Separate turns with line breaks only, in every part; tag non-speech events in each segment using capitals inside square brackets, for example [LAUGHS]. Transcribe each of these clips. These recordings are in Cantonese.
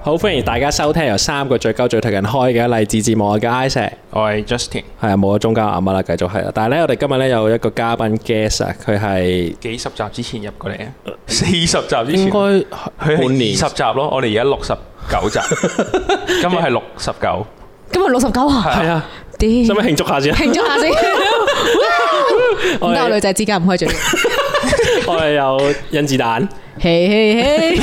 好歡迎大家收聽由三個最高最貼近開嘅勵志節目我嘅 I 石，係
我係 Justin，
啊冇咗中間阿乜啦，繼續係啊。但係咧，我哋今日咧有一個嘉賓 guest 啊，佢係
幾十集之前入過嚟啊，四十集之前，
應
佢
該
係
半年
二十集咯，我哋而家六十
[LAUGHS]
九集，今日係六十九，
今日六十九啊！
係啊，
屌，
使唔使慶祝下先？
慶祝下先。
我
唔得，我女
哋
仔之間唔可以做。嘿
[LAUGHS] 我哋有甄子丹，
嘿嘿，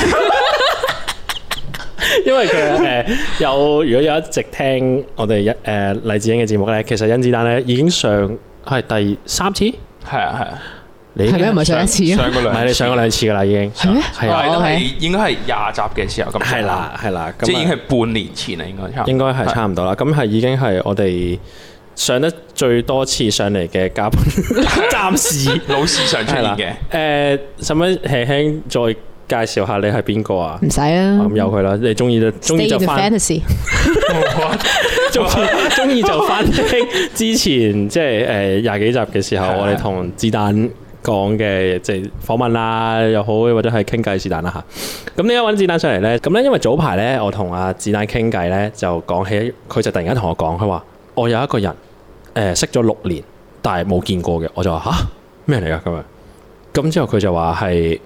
因為佢誒有如果有一直聽我哋一誒勵志英嘅節目咧，其實甄子丹咧已經上係第三次，
係啊係啊，
你已
係
經
咩？唔係上一次啊？
上過
唔
兩
係
次，
你上過兩次㗎啦，已經
係咩
係
係
啊，
都係
OK
應該係廿集嘅時候咁，
係，啦，係啦，咁
即係已
啊
經係半年前啦，應該差唔多，
應該係差唔多啦。咁係已經係我哋上得最多次上嚟嘅嘉賓，暫時
老史上出
係啦
現嘅。。
誒，使唔使輕輕再介紹下你係邊個啊？
唔使啊
咁由佢啦，你中意就中意
Stay
就
in the
翻，
fantasy。
中
[LAUGHS]
意中意就翻聽之前即係誒廿幾集嘅時候，
係啊
我哋同子彈講嘅即係訪問啦，又好或者係傾偈是但啦吓，咁點解揾子彈上嚟咧？咁咧因為早排咧，我同阿子彈傾偈咧，就講起佢就突然間同我講，佢話我有一個人誒、呃、識咗六年，但係冇見過嘅，我就話吓，咩嚟㗎咁樣？咁之後佢就話係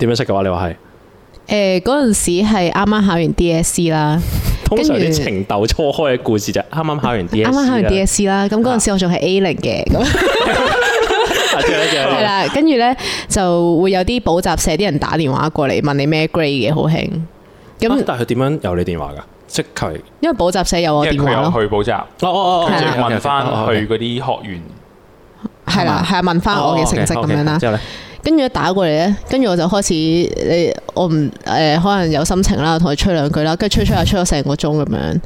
點樣識嘅話，你話係
誒，嗰陣時係啱啱考完 DSE 啦，
通常
跟
啲
住
情竇初開嘅故事就係啱啱考完 DSE
啱啱考完 E
啦 [LAUGHS]
DSE 啦，咁嗰陣時我仲係 A 零嘅，咁係啦，跟住咧就會有啲補習社啲人打電話過嚟問你咩 grade 嘅，好興。
咁
咁
但係佢點樣有你電話㗎？即係
因為補習社有我
因為
電
佢
話
有
咯，
去補習，
哦哦
佢
係
就
啊
問翻
佢
去嗰啲學員，
係啦，係啊，問翻我嘅成績咁樣啦。
之後咧，
跟住一打過嚟咧，跟住我就開始你我唔誒、可能有心情啦，同佢吹兩句啦，跟住吹吹下吹咗成個鐘咁樣。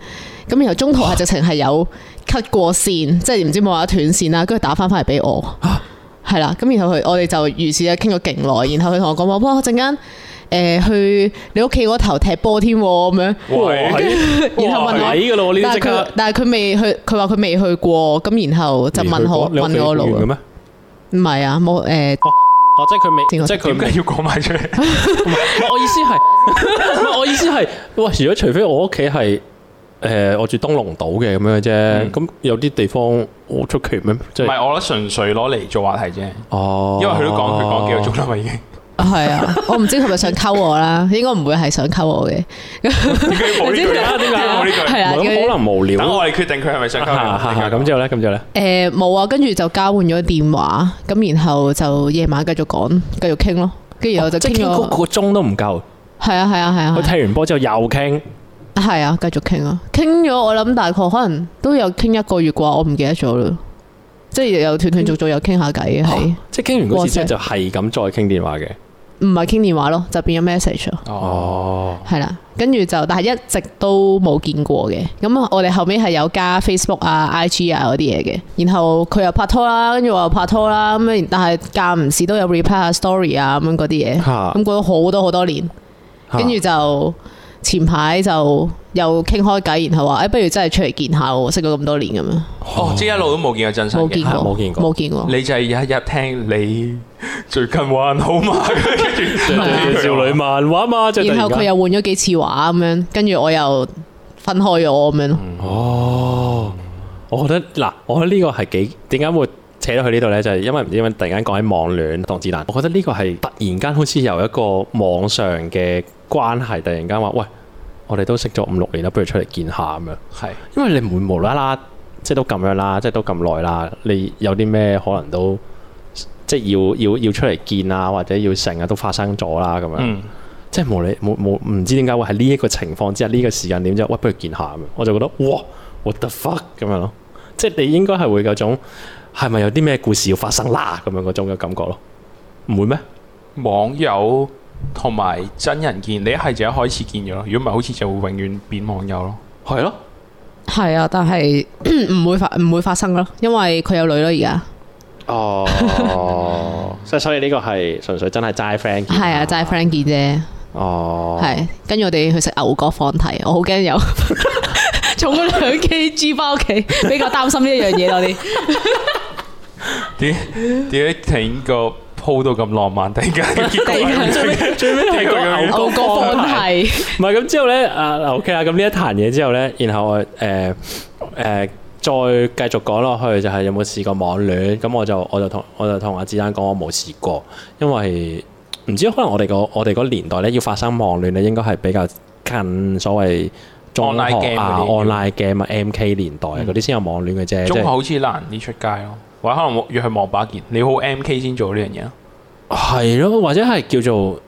咁然後中途係直情係有 cut 過線，即係唔知冇話斷線啦，跟住打翻翻嚟俾我。
啊
係啦，咁然後佢我哋就如是咧傾咗勁耐，然後佢同我講話，哇！陣間誒去你屋企嗰頭踢波添喎咁樣。
哇係
然後問我
哇係㗎咯，呢啲
但
即
係佢
刻
但係佢未去，佢話佢未去過，咁然後就問我
你屋企
問我
完
路
嘅
啊，
咩？
唔係啊，冇誒。
哦，即係佢未，
我
即係佢
點
未
解。要講
[LAUGHS]
埋出嚟？
唔係我意思係，唔係我意思係，喂，如果除非我屋企係。誒、我住東龍島嘅咁樣啫，咁、有啲地方好出奇咩？即
唔
係
係，我覺得純粹攞嚟做話題啫，
哦，
因為佢都講佢講幾個鐘啦嘛，已經。
係啊，我唔知佢咪想溝我啦，應該唔會係想溝我嘅。
點解冇呢句？
[LAUGHS] 啊點解
冇呢句？
係啊，
唔係咁可能無聊
等我哋決定佢係咪想溝
嚇嚇嚇
你。
咁之後咧，咁之後咧，
誒冇啊，跟住就交換咗電話，咁然後就夜晚繼續講，繼續傾咯。跟住我就
哦即
傾
係傾嗰
咗，
個鐘都唔夠，
係啊係啊係啊
佢，踢完波之後又傾，
係啊，繼續傾啊，傾咗我諗大概可能都有傾一個月啩，我唔記得咗啦。即係又斷斷續續又傾下偈，係
哦即係傾完嗰次之後就係咁再傾電話嘅。
唔係傾電話咯？就變咗 message 咯。
哦，
係啦，跟住就但係一直都冇見過嘅。咁我哋後尾係有加 Facebook 啊、IG 啊嗰啲嘢嘅。然後佢又拍拖啦，跟住我又拍拖啦。咁樣但係間唔時都有 reply 下 story 啊咁樣嗰啲嘢。
嚇
咁過咗好多好多年，跟住就前排就又傾開偈，然後話誒、哎不如真係出嚟見下喎，識咗咁多年咁樣，
哦，即係一路都冇見過真身
冇見
嘅。
過，
係冇見過
冇見過。
你就係日日聽你最近玩好嘛？跟住
係
少女漫畫嘛，就
然後佢又換咗幾次話咁樣，跟住我又分開咗我咁樣咯。
哦，我覺得嗱，我覺得呢個係幾點解會扯到去呢度咧？就係、因為唔知點解突然間講起網戀當子彈，我覺得呢個係突然間好似由一個網上嘅關係，突然間話喂，我哋都識咗五六年啦，不如出嚟見下咁樣。
係
因為你唔會無啦啦，即係都咁樣啦，即係都咁耐啦，你有啲咩可能都即係要要要出嚟見啊，或者要成日都發生咗啦咁樣。
嗯，
即係無理冇冇唔知點解會喺呢一個情況之下，呢、個時間點之後，喂，不如見下咁樣，我就覺得哇，what the fuck 咁樣咯，即係你應該係會有種係咪有啲咩故事要發生啦咁樣嗰種嘅感覺咯，唔會咩？
網友同埋真人見，你一係就一開始見咗咯，如果唔係，好似就會永遠變網友咯。
[LAUGHS] 係咯，
係啊，但係 [CLEARS THROAT] 唔會發唔會發生咯，因為佢有女咯而
啊
家。 [LAUGHS]
哦，即係所以呢個係純粹真係齋 friend 見
係啊，就係 friend 見
哦
啫，，係。跟住我哋去食牛角放題，我好驚有 [LAUGHS] 重咗兩 kg 翻
[LAUGHS]
屋企，比較擔心呢一樣嘢多啲。
點點解整個鋪到咁浪漫，突然間結果係啊
最尾最尾係個牛
我
角
個
方
款
牌。
係
唔係咁之後咧，啊啊 OK 啦，咁呢一壇嘢之後咧，然後我誒誒、呃呃再繼續講落去，就係有冇試過網戀？咁我就我就同我就同阿子丹講，我冇試過，因為唔知可能我哋個我哋嗰年代咧，要發生網戀咧，應該係比較近所謂中
Online
學
game
啊
嗰啲
online game 啊 MK 年代啊嗰啲先有網戀嘅啫，即
中學
係
好似難啲出街咯，或者可能約去望把件，你好 M K 先做呢樣嘢咯。
係咯，或者係叫做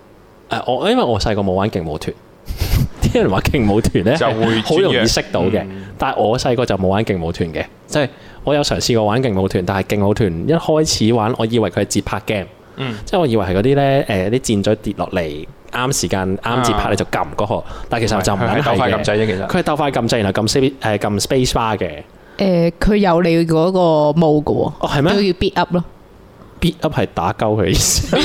誒我因為我細個冇玩勁舞團， [LAUGHS] 啲人話勁舞團咧
就會
好容易
專
識到嘅。
嗯
但係我細個就冇玩勁舞團嘅，即係我有嘗試過玩勁舞團，但係勁舞團一開始玩，我以為佢係節拍 game，
嗯
即係我以為係嗰啲咧誒啲箭嘴跌落嚟，啱時間啱節拍
啊
你就撳嗰個，但係其實就唔
係
係
鬥快撳
嘅。
掣啫，其實
佢係鬥快撳掣，然後撳 space 誒撳 space bar 嘅。
誒，佢有你嗰個冇嘅
哦，係
喎，叫
咩
叫 beat
[LAUGHS]
up 咯，
？beat up 係打鳩佢意 [LAUGHS]
[LAUGHS]
思
必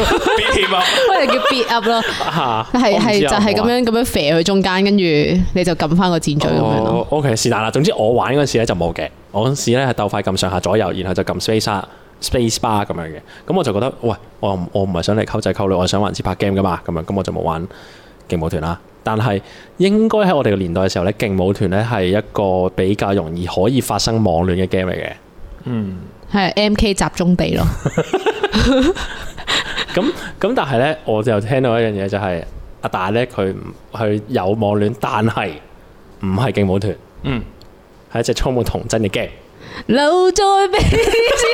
添啊！
喂，叫 beat up 咯，
嚇
係
我唔知啊
係就係咁
我冇玩
樣咁樣射去中間，跟住你就撳翻個箭嘴咁樣咯。
哦 OK，是但啦。總之我玩嗰陣時咧就冇嘅，我嗰陣時咧係鬥快撳上下左右，然後就撳 space bar space bar 咁樣嘅。咁我就覺得，喂，我唔我唔係想嚟溝仔溝女，我想玩節拍 game 噶嘛。咁樣咁我就冇玩勁舞團啦。但係應該喺我哋個年代嘅時候咧，勁舞團咧係一個比較容易可以發生網戀嘅 game 嚟嘅。
嗯，
係 M K 集中
[LAUGHS]
地咯，
咁咁但係咧，我就聽到一樣嘢就係、阿大咧佢唔佢有網戀，但係唔係勁舞團，
嗯，
係一隻充滿童真嘅 game。
留在彼此。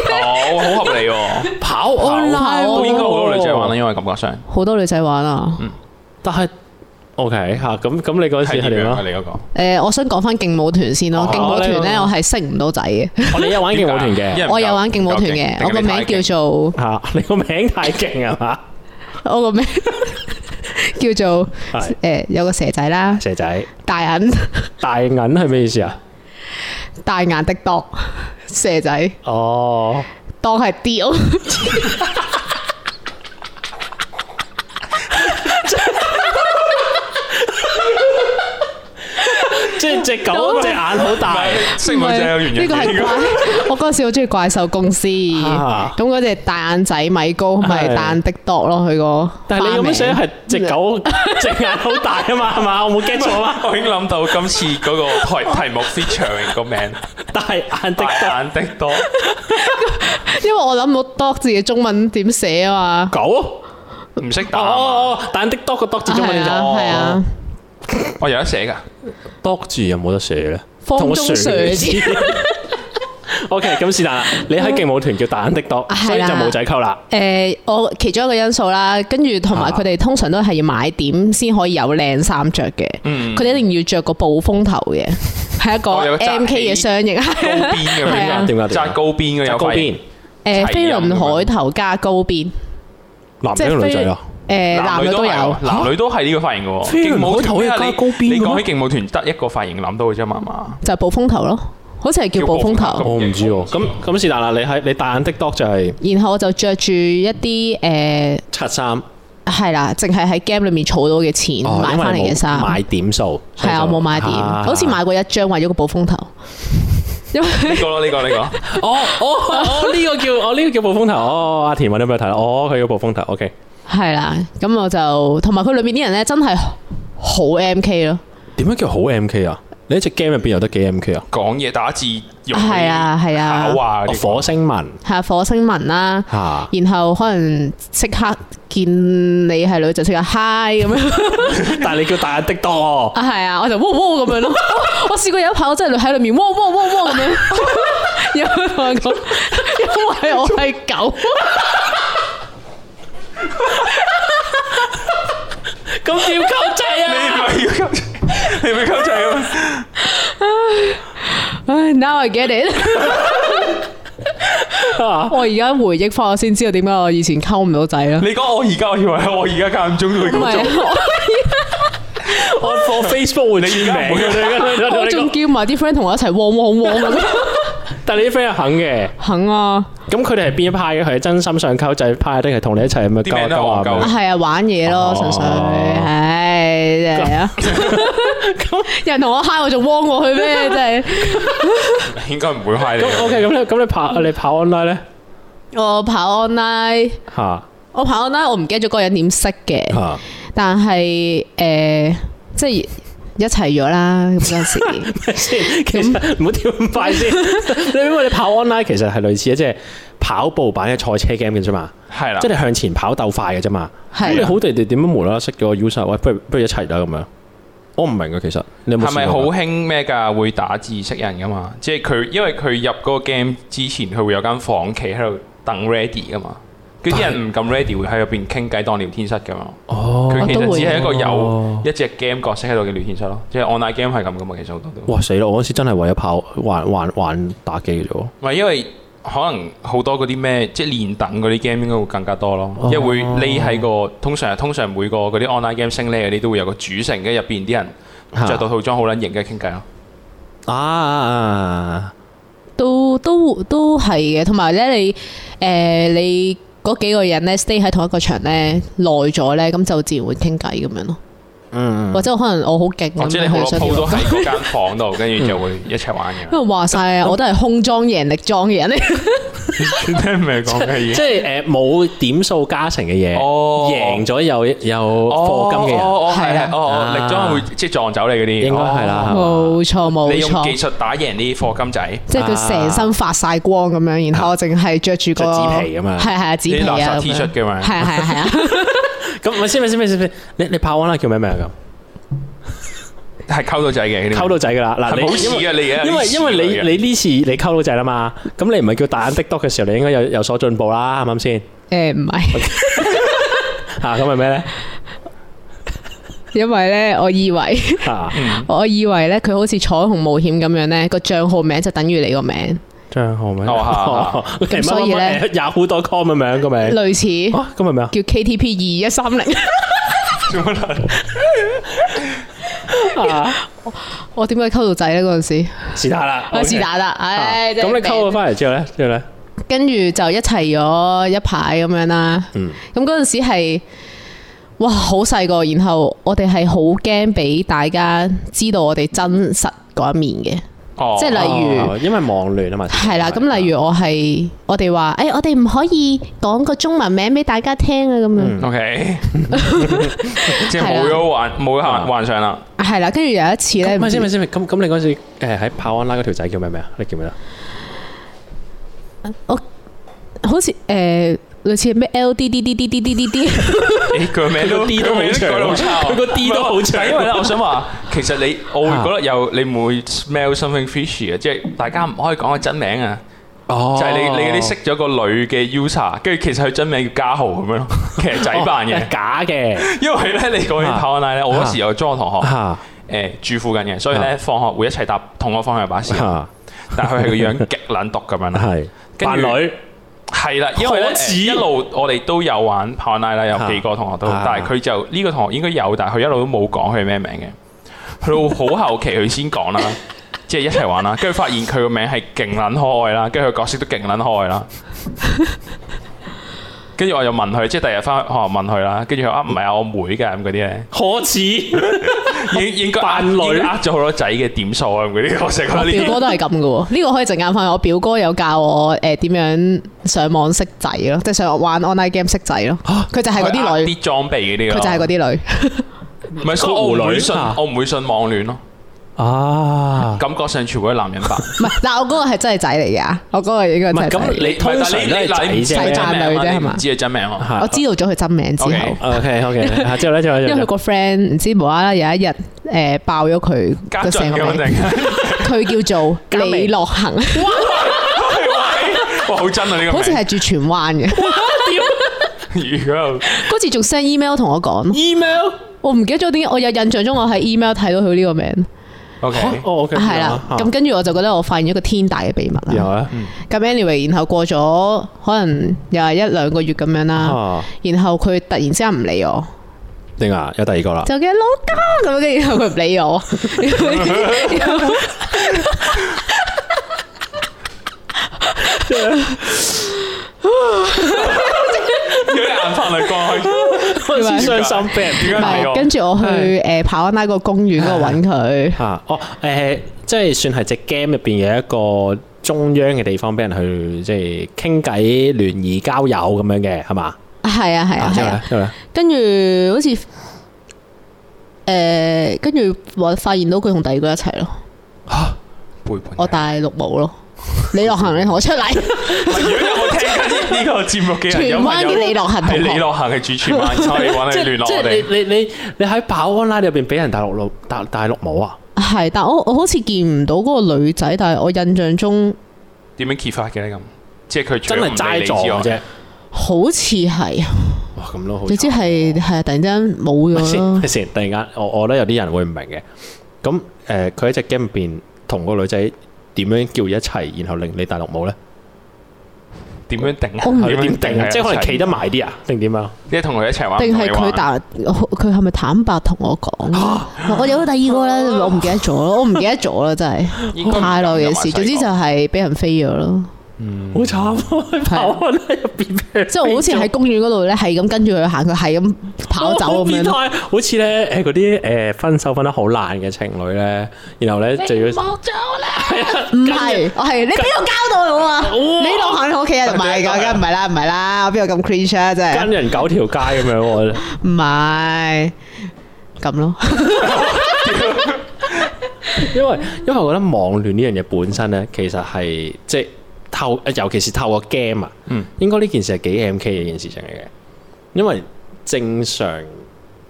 哦，好合理喎。
跑
跑
我應該好多女仔玩啦，因為感覺上
好多女仔玩啊！
但係 OK 嚇，咁咁你嗰陣時係
係
點
點樣啊？
啊？
你嗰個
誒，呃我想講翻勁舞團先咯
哦。
勁舞團咧，
呢個
我係識唔到仔嘅。
我哋有玩勁舞團嘅 [LAUGHS]
因為唔夠
我有玩勁舞團嘅
唔夠，勁
我個
定係你太
名
勁
叫做
嚇， [LAUGHS] 你個名太勁係嘛？
我個名 [LAUGHS] 叫做
係
誒有個蛇仔啦，
[LAUGHS] 蛇仔
大眼 [LAUGHS]
大銀係咩意思啊？
大眼的當蛇仔
哦，
當係 D O，
即係隻狗隻眼好大，
識唔到仔有原因
呢個係怪。我嗰陣時好中意怪獸公司，
啊
咁嗰隻大眼仔米高咪
係
大眼的當咯，佢個
但係你咁樣寫
花
係
名
隻狗 [LAUGHS] 隻眼好大啊嘛係嘛？我冇 get 錯啊嘛，
我已經諗到今次嗰個題題目 feature 個名
[LAUGHS] 大眼的
大眼的多，
因為我諗唔到 dog 字嘅中文點寫啊嘛，
狗。
唔識打
哦
啊嘛，
哦哦，大眼的 dog 個 dog 字中文
係
點哦
啊係啊，
我有得寫㗎。
dog 字有冇得寫咧？
方
同我
中
Sir
蛇字
[LAUGHS] O K，咁是但啦，你喺勁舞團叫大眼的 dog，所以
啊
就冇仔溝啦。
誒，呃我其中一個因素啦，跟住同埋佢哋通常都係要買點先可以有靚衫着嘅，佢哋一定要着個暴風頭嘅，係一個
哦有個窄
M K 嘅雙翼，
高
係啊 [LAUGHS]
邊嘅
係啊
點
咩？
解點解
扎高邊嘅有
高
塊
邊，
誒
齊
飛
音咁
輪
樣
呃海頭加高邊，
男
即
仔定
係
女仔
飛
啊？
誒男女都有
係，男女都係呢個髮型嘅喎。
飛輪
勁舞團
海
咩啊
頭要加
你
高邊
你
嘅
講
咩
起勁舞團得一個髮型諗到嘅啫嘛嘛。
就係暴風頭咯，好似係叫暴風頭。
我唔知喎，咁咁是但啦，你喺你大眼的 dog 就係
然後我就着住一啲誒
七衫，
係啦，淨係喺 game 裏面儲到嘅錢
哦
買翻嚟
因為
嘅
冇
衫，
買點數，
係啊，我冇買點，好似買過一張為咗個暴風頭，因為。
呢個咯，呢個呢個。
哦哦哦呢個叫哦呢個叫暴風頭，哦阿田揾咗俾我睇啦，哦佢叫暴風頭，OK，
係啦，咁我就同埋佢裏面啲人咧，真係好 M K 咯，
點樣叫好 M K 啊？你一隻 game 入邊有得幾 M K 啊？哦
講嘢打字用力
係啊係啊
考啊嗰啲
火星文
係啊火星文啦，
嚇，
然後可能即刻見你係女就即刻 hi 咁樣
[LAUGHS] 但係你叫大眼的 dog，
[LAUGHS] 啊係啊，我就哇哇咁樣咯，我試過有一排我真係喺裏面哇哇哇哇咁樣，有人同我講，因為我係狗，
咁點溝仔
你
啊？
唔係要溝仔，你唔係溝仔啊嘛？
唉 now I get
[LAUGHS]
it，我
啊
而家回憶翻我先知道點解我以前溝唔到仔啦，
你講我而家，我以為我而家間唔中都會
唔
咁
係
做。
啊我
我我 Facebook 會
你
轉
而家唔
名
會
嘅，
我哦仲叫埋啲 friend 同我一齊汪汪汪咁樣。
但係你啲 friend 係肯嘅。
肯啊，
咁佢哋係邊一派嘅？佢係真心想溝仔派，定係同你一齊咁樣
啲名
溝
都
溝啊咁
係戇
樣？
鳩
係啊，玩嘢咯，純粹，唉，真係啊！ [LAUGHS] 有人同我嗨，我仲汪過去咩？真係，
應該唔會嗨你。
咁 OK，咁你咁你跑你跑 online 咧
我跑 online，
嚇？
我朋友啦，我唔記得咗嗰個人點識嘅，
嚇
但係诶、呃即係一齊咗啦咁嗰陣時。
先， [LAUGHS] 其實唔好跳咁快先。你因為你跑 online 其實係類似即係跑步版嘅賽車 game 嘅啫嘛，
係啦
即係，你向前跑鬥快嘅啫嘛。
係
咁你好地地點樣無啦啦識咗個 user？喂，不如不如一齊啦咁樣。我唔明啊，其實你有冇
係
試
咪好
過㗎？
興咩㗎？會打字識人㗎嘛？即係佢因為佢入嗰個 game 之前，佢會有間房企喺度等 ready 㗎嘛。跟住啲人唔撳 ready，會喺入邊傾偈當聊天室㗎嘛。
哦
佢其
我都
實
會
只係一個
哦
有一隻 game 角色喺度嘅聊天室咯，即係 online game 係咁㗎嘛。其實好多都。
哇死啦！我嗰時真係為咗跑玩玩玩打機嘅啫喎。
唔係因為可能好多嗰啲咩即係連等嗰啲 game 應該會更加多咯，因為會匿喺個通常通常每個嗰啲 online game 升呢嗰啲都會有個主城嘅入邊啲人
嚇
着到套裝好撚型嘅傾偈
啊
咯。
啊啊！
都都都係嘅，同埋咧你誒、呃你嗰幾個人咧 stay 喺同一個場咧耐咗咧，咁就自然會傾偈咁樣咯。
嗯，
或者可能我好勁
或
咁
者
樣
你好多
去想
鋪都
調，
喺嗰間房度，跟住就會一齊玩嘅。
因為話晒啊，我都係空裝贏力裝嘅人咧。
啊聽唔明講咩
即？係誒冇點數加成嘅嘢，
哦
贏咗有有課金嘅人。
哦，係
係
係
啊
哦，
啊
力裝會即係撞走你嗰啲，
應該係啦
哦
冇錯冇
你用技
錯，
術啊打贏啲課金仔，
即係佢成身發晒光咁樣，
啊
然後我淨係着住個
着紙皮咁樣
係係啊紙皮
啲垃
啊
圾
咁
T 恤
樣，
嘅嘛。
係啊係啊係啊，
[LAUGHS]
咁咪先咪先咪先咪先，你你跑 online 叫咩名啊
係溝到仔嘅，
咁？溝到仔噶啦，嗱
係咪
你
好似嘅你啊嘅，
因為因為你你呢次你溝到仔啦嘛，咁你唔係叫大眼的多嘅時候，你應該有有所進步啦，啱唔啱先？啊
誒唔係，
嚇咁係咩咧？
因為咧我以為。
嚇，
嗯
我以為咧，佢好似彩虹冒險咁樣咧，個帳號名就等於你個名，
張浩明， [LAUGHS]
哦
你
咁
乜
所以呢
[LAUGHS] 乜乜 Yahoo.com 嘅名個名，
類似
啊咁係
[LAUGHS]
咩啊？
叫 KTP 二一三零。
做乜撚
[LAUGHS] 啊我點解溝到仔咧嗰陣時？
是但啦，
啊是
OK
但啦，唉，
嚇咁你溝
真係
咗翻嚟之後咧，之後咧，
跟住就一齊咗一排咁樣啦。咁嗰陣時係哇好細個，然後我哋係好驚俾大家知道我哋真實嗰一面嘅。
哦
即係例如
哦因為網戀啊嘛，
係啦，咁例如我係我哋話，誒、哎我哋唔可以講個中文名俾大家聽啊，咁樣。
O K，即係
係啦
冇咗幻冇咗幻幻想啦。
係啦，跟住有一次
咁
咧，
咪
唔知
先咪先咪咁咁，你嗰時誒喺跑 online 嗰條仔叫咩名啊？你記唔記得？
好似誒、呃、類似咩 L D D D D D D D
[LAUGHS]
D，
誒佢個名
佢個
都
D
佢
都
個名
好長
改到差喎
佢個 D 都好長
唔係因為咧，我想話其實你我會覺得有你唔會 smell something fishy à. 啊，即係大家唔可以講個真名啊。
哦
就係你
Ờ.
你嗰啲識咗個女嘅 user，跟住其實佢真名叫嘉豪咁樣 [LAUGHS] 咯，其實仔扮嘅
哦。假嘅
因為咧，你講起跑 online 咧，我嗰時有中學同學
嚇
誒住附近嘅，所以咧放學會一齊搭同我方向巴士，
嚇
但係佢係個樣極撚毒咁樣啦。
係
跟
扮
住
女
係啦，因為咧
可
誒
恥
一路我哋都有玩跑 online 啦，有幾個同學都，
啊
但係佢就呢個同學應該有，但係佢一路都冇講佢係咩名嘅，佢到好後期佢先講
[LAUGHS]
啦，即係一齊玩啦，跟住發現佢個名係勁撚可愛啦，跟住佢角色都勁撚可愛啦。跟住我又問佢，即係第日翻學校問佢啦，跟住佢話啊唔係啊，我妹㗎咁嗰啲咧，
可恥，
應應該呃
扮女
應該呃咗好多仔嘅點數啊咁嗰啲，我成日覺得呢
表
啲
哥都係咁嘅
[LAUGHS]
喎。呢個可以陣間翻，我表哥有教我誒點、樣上網識仔咯，即係上玩 online game 識仔咯。佢就係
佢
嗰
呃
啲女，
啲裝備嗰啲
佢
咯
就係嗰啲女。
唔係，所以我唔會信，
啊
我唔會信網戀咯。
啊！
感覺上全部都係男人扮。
唔係，嗱我嗰個係真係仔嚟㗎，我嗰個應該
唔係
真係仔
咁
嚟嘅。
你通常都係仔啫
係扮女啫係嘛
唔知佢真名啊？
係
我知道咗佢真名之後。
OK
OK
[LAUGHS]
OK，之後咧啊之後
因為佢
咧
個 friend 唔知無啦啦有一日誒、呃爆咗佢
家
個
陣
成
嘅
個
肯
名，
定。 [LAUGHS]
佢叫
嘉
做
明
李樂恒，
哇，好真啊！呢個
好似
名
係住荃灣嘅。
如果
嗰次仲 send email 同我講。
email
我唔記得咗點解，我有印象中我喺 email 睇到佢呢個名，
OK，
哦 OK
係啦。咁嗯跟住我就覺得我發現咗個天大嘅秘密
然
啦。
後咧
咁 anyway，然後過咗可能又係一兩個月咁樣啦，
啊
然後佢突然之間唔理我，
定啊有第二個啦，
就叫老公咁樣，跟住然後佢唔理
[LAUGHS]
我，
有啲眼泛淚光，
開始傷心 [LAUGHS] 病
點解唔理我？
跟住我去誒跑拉個公園嗰度揾佢，
嚇哦誒，即係算係只 game 入邊有一個中央嘅地方俾人去即係傾偈、聯誼、交友咁樣嘅係嘛？
係啊係啊
之
係
後
啊
咧，，之後咧，
跟住好似诶，跟住話發現到佢同第二個一齊咯，
背叛。
我戴綠帽咯。你落行，你同我出嚟，
如果有冇聽緊呢個節目嘅
[LAUGHS]
人，有
荃
朋
灣
友
嘅李樂恒
係
同
李
學，
樂恒係主荃
[LAUGHS]
灣，所以揾你聯絡
即
哦
係
我哋。
你你你你喺跑 online 入邊俾人大陸佬大大陸帽啊？
係，但我我好似見唔到嗰個女仔，但係我印象中
點樣揭發嘅咧？咁即係佢除
真
咗
係
唔理
齋
你之外
撞嘅啫。
好似係，
哇，咁都好慘。
你知係係突然之間冇
咪
咗
先
咯
咪。先，突然間，我我覺得有啲人會唔明嘅。咁誒，呃佢喺只 game 入邊同個女仔點樣叫一齊，然後令你大陸帽咧？
點樣定啊？
我唔
佢點定啊？
係
即係可能
一齊
企得埋啲啊，定點啊？
即係同佢一齊玩，
定係
係
佢
打？
坦佢係咪坦白同我講？我有第二個啦，我唔記得咗咯，我唔記得咗啦，真係
應該唔
太耐嘅
咁
事。
細個
總之就係俾人飛咗咯，
好慘啊！喺跑 online 入邊俾人
即係我好似喺公園嗰度咧，係咁跟住佢行，佢係咁跑走咁樣
好
咯。
變態好似咧誒嗰啲誒分手分得好爛嘅情侶咧，然後咧就要
唔係，我係你俾度交代我啊！你落行喺屋企啊？唔係
真係
㗎，梗唔係啦，唔係啦，我邊有咁 cringe 啊？真係
跟人九條街咁樣喎。
唔係咁咯，
[LAUGHS] 因為因為我覺得網戀呢樣嘢本身咧，其實係即係透，尤其是透過 game 啊，
嗯
應該呢件事係幾 M K 嘅一件事情嚟嘅，因為正常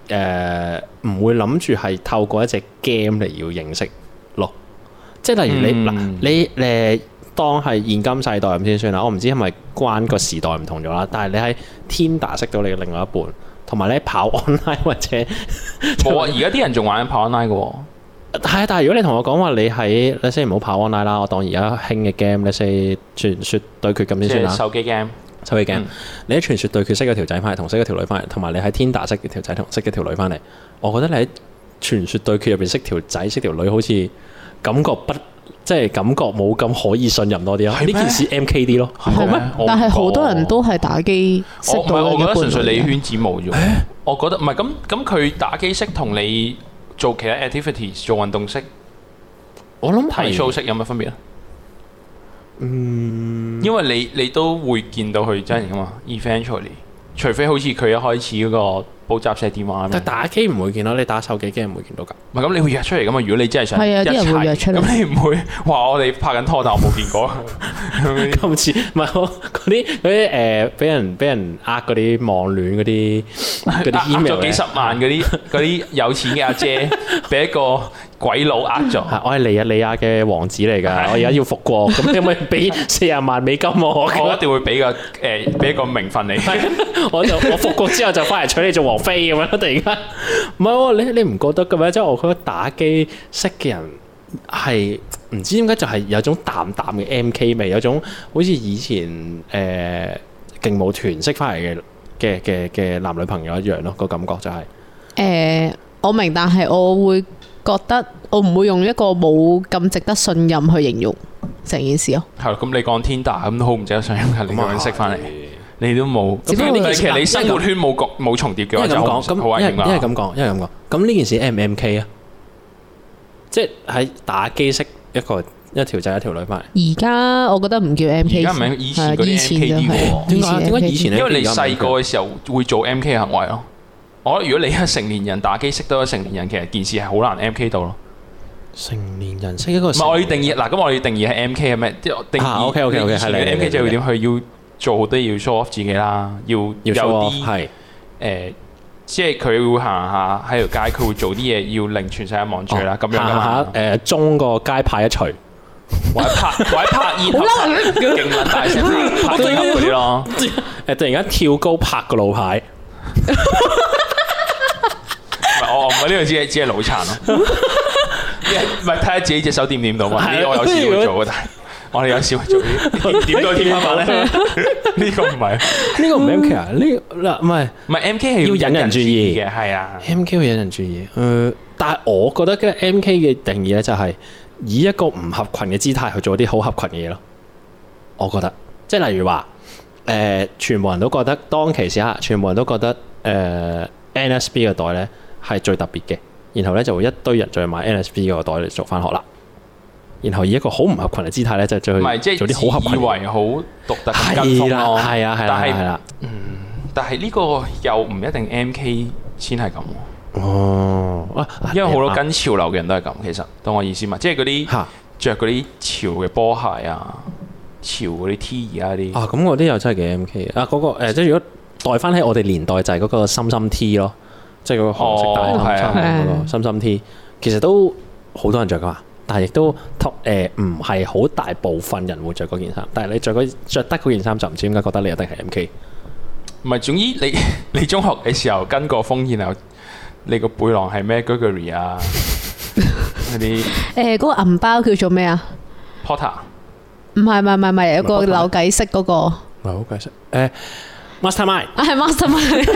誒唔、會諗住係透過一隻 game 嚟要認識咯，即係例如你嗱、
嗯
你誒。當係現今世代咁先算啦，我唔知係咪關個時代唔同咗啦。但係你喺 Tinder 識到你嘅另外一半，同埋你喺跑 [LAUGHS] online 或者
冇啊！而家啲人仲玩緊跑 online 嘅喎，
係啊，但係如果你同我講話你喺 let's say 唔好跑 online 啦，我當而家興嘅 game let's say 傳説對決咁
即
先算啊
係
啦，
手機 game。
手機 game
嗯。
你喺傳説對決識咗條仔翻嚟，同識咗條女翻嚟，同埋你喺 Tinder 識條仔同識咗條女翻嚟，我覺得你喺傳説對決入邊識條仔識條女，好似感覺不即係感覺冇咁可以信任多啲咯。
係
呢
咩
件事 M K 啲咯，
係
冇
[LAUGHS]
咩
咩？
我唔
但係好多
覺
人都係打機識
我唔係，
到
我
嘅
覺得
伴
純粹
侶
你圈子冇啫喎。我覺得唔係咁咁，佢打機識同你做其他 activities 做運動識
我諗
睇
係
show 識有乜分別啊？嗯，因為你你都會見到佢真人噶嘛，eventually，除非好似佢一開始嗰個補習社電話咁
但
樣
係。打機唔會見到，你打手機 game 唔會見到㗎。
唔係咁，你會約出嚟噶嘛？如果你真係想
係啊啲人
一齊
會約出嚟
咁你唔會話我哋拍緊拖，但我冇見
[LAUGHS]
過。
[LAUGHS] 今次唔係我嗰啲嗰啲誒，俾人俾人呃嗰啲網戀嗰啲
[LAUGHS]
嗰
呃
啲 email
咗幾十萬嗰啲嗰啲有錢嘅阿姐，俾一個鬼佬呃咗。
係我係尼日利亞嘅王子嚟㗎，我而家要復國，咁你可唔可以
[LAUGHS]
俾四廿萬美金我？
我一定會俾個誒俾一個名分你。
[LAUGHS] 我就我復國之後就翻嚟娶你做王妃咁樣咯，突然間唔係喎，你你唔覺得嘅咩？即係我覺得打機識嘅人係唔知點解就係有種淡淡嘅 M K 味，有種好似以前誒、呃、勁舞團識翻嚟嘅嘅嘅嘅男女朋友一樣咯，個感覺就係、
誒、我明，但係我會覺得我唔會用一個冇咁值得信任去形容成件事咯。
係咯，咁你講 Tinder 咁都好唔值得信任㗎，你咁樣識翻嚟，你都冇。
只不過
咁
呢件事
其實你生活圈冇共冇重疊嘅
因為
話，
咁
就好
講，咁
好危
因為
險
因為
㗎。
咁講，因為咁講，咁呢件事 M 唔 M K 啊？即係喺打機識一個一條仔一條女翻嚟，
而家我覺得唔叫 M K，
而家唔係以前嗰啲
以前就
MKD 喎
係
點解點解以前
因為你細個
MK
嘅時候會做 M K 嘅行為咯。我覺得如果你係成年人打機識到一個成年人，其實件事係好難 M K 到咯。
成年人識一個
唔係我要定義嗱，咁我要定義係 M K 係咩？即係我定義
啊，OK，OK，OK，
以
係
前
你
嘅 M
你
K 就要點？佢要做好多嘢要 show off 自己啦，要有
要 show
啲
off 係
誒，呃即係佢會行下喺條街，佢會做啲嘢要令全世界望住佢啦，咁樣㗎
哦行下
嘛。
誒中個街派一除，
或者拍 [LAUGHS] 或者拍煙頭，勁撚大聲拍拍煙頭嗰啲咯。
誒突然間跳高拍個路牌，
唔係我我唔係呢個只係只係腦殘咯。唔係睇下自己隻手掂唔掂到嘛？呢
係
個我有時會做
[LAUGHS]
嘅，但係我哋有時會做啲掂到天花板咧。啊
啊
[LAUGHS] 呢個唔係
呢個唔 M K 啊？呢個嗱唔係
唔係 M K 係
要引人注意
嘅，係啊。
M K 會引人注意，誒，但係我覺得嘅 M K 嘅定義咧就係以一個唔合群嘅姿態去做啲好合群嘅嘢咯。我覺得，即係例如話，誒、全部人都覺得當其時刻，全部人都覺得呃誒、NSB 嘅袋咧係最特別嘅，然後咧就會一堆人再買 NSB 個袋嚟做翻學啦。然後以一個好唔合群嘅姿態咧，就再
唔係即係
做啲好合
自以
群嘅嘢。
為好獨特嘅跟
係
風
啦，
咯。
係啊，係啦，
但係
係啦，
但係呢個又唔一定 M K 先係咁喎，
哦，啊
因為好多
啊
跟潮流嘅人都係咁。其實當我意思嘛，即係嗰啲
嚇
着嗰啲潮嘅波鞋啊、潮嗰啲 T 而家啲。
啊，咁嗰啲又真係幾 M K 啊！嗰、個、呃、即係如果代翻喺我哋年代就係嗰個深深 T 咯，即係嗰個韓式
哦
大
係
襟
啊
衫嗰
係
個
啊
深深 T，其實都好多人着噶嘛，但係亦都誒唔係好大部分人會着嗰件衫，但係你着嗰着得嗰件衫就唔知點解覺得你一定係 M K。
唔係，總之你 [LAUGHS] 你中學嘅時候跟過風，然後你個背囊係咩 Gregory 啊，嗰啲
诶，嗰個銀包叫做咩啊？
Porter
唔係唔係唔係唔係，有個
咪
扭計式嗰個啊，
唔係好解釋誒，Mastermind
係 mastermind。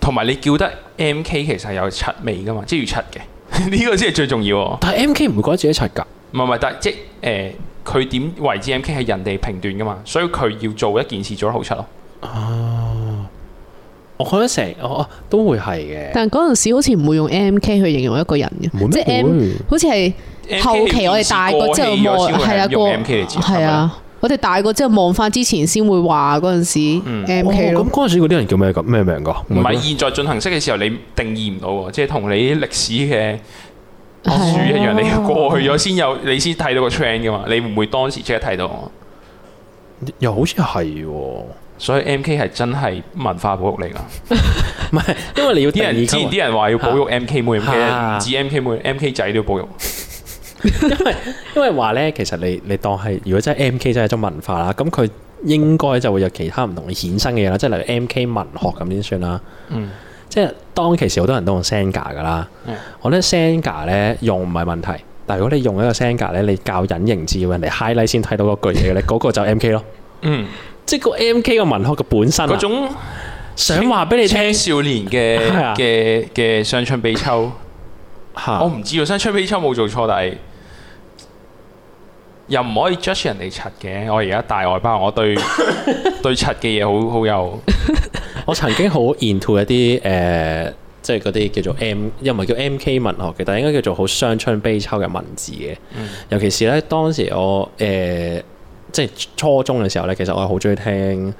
同埋你叫得 M K 其實係有七味噶嘛，即係要七嘅， [LAUGHS] 呢個先係最重要喎。
但係 M K 唔會覺得自己柒㗎，
唔係唔係，但係即係誒，佢、點為之 M K 係人哋評斷噶嘛，所以佢要做一件事做得好出咯。
我覺得成我我都會係嘅，
但嗰陣時好似唔會用 M K 去形容一個人
唔會咩
嘅，即係 M
會
好似係
MK
後期我哋大個之後
係
望
電視過氣咗先會
係啦，啊
用
過
MK 嚟接
係啊，我哋大個之後望翻之前先會話嗰陣
嗯
時 M K
哦
咯
咁。嗰陣時嗰啲人叫咩咁咩名㗎？
唔係現在進行式嘅時候，你定義唔到喎，即係同你歷史嘅書
啊
一樣，
哦
你過去咗先有，你先睇到個 trend 噶嘛，你唔會當時即刻睇到我。
又好似係喎。
所以 M K 係真係文化保育嚟㗎。
唔係，因為你要
啲人
定
之前
義
啲人話要保育 M K 妹，M
啊
K 唔止 M K 妹，M K 仔都要保育。
因為話咧，其實你你當係如果真係 M K 真係一種文化啦，咁佢應該就會有其他唔同嘅衍生嘅嘢啦，即係例如 M K 文學咁先算啦。
嗯，
即係當其時好多人都用 Senga 噶啦，
嗯
我覺得 Senga 咧用唔係問題，但係如果你用一個 Senga 咧，你教隱形字要人哋 highlight 先睇到嗰句嘢嘅咧，嗰個就 M K 咯。
嗯，
即係個 M K 嘅文學嘅本身
嗰
啊，
種
想話俾你聽
青少年嘅
係啊
嘅嘅傷春悲秋，
嚇
我唔知喎，傷春悲秋冇做錯，但係又唔可以 judge 人哋柒嘅。我而家大外包，
[LAUGHS]
我對對柒嘅嘢好好有。
我曾經好 into 一啲誒、呃即係嗰啲叫做 M，又唔係叫 MK 文學嘅，但係應該叫做好傷春悲秋嘅文字嘅。
嗯
尤其是咧，當時我誒、呃即係初中嘅時候咧，其實我係好中意聽。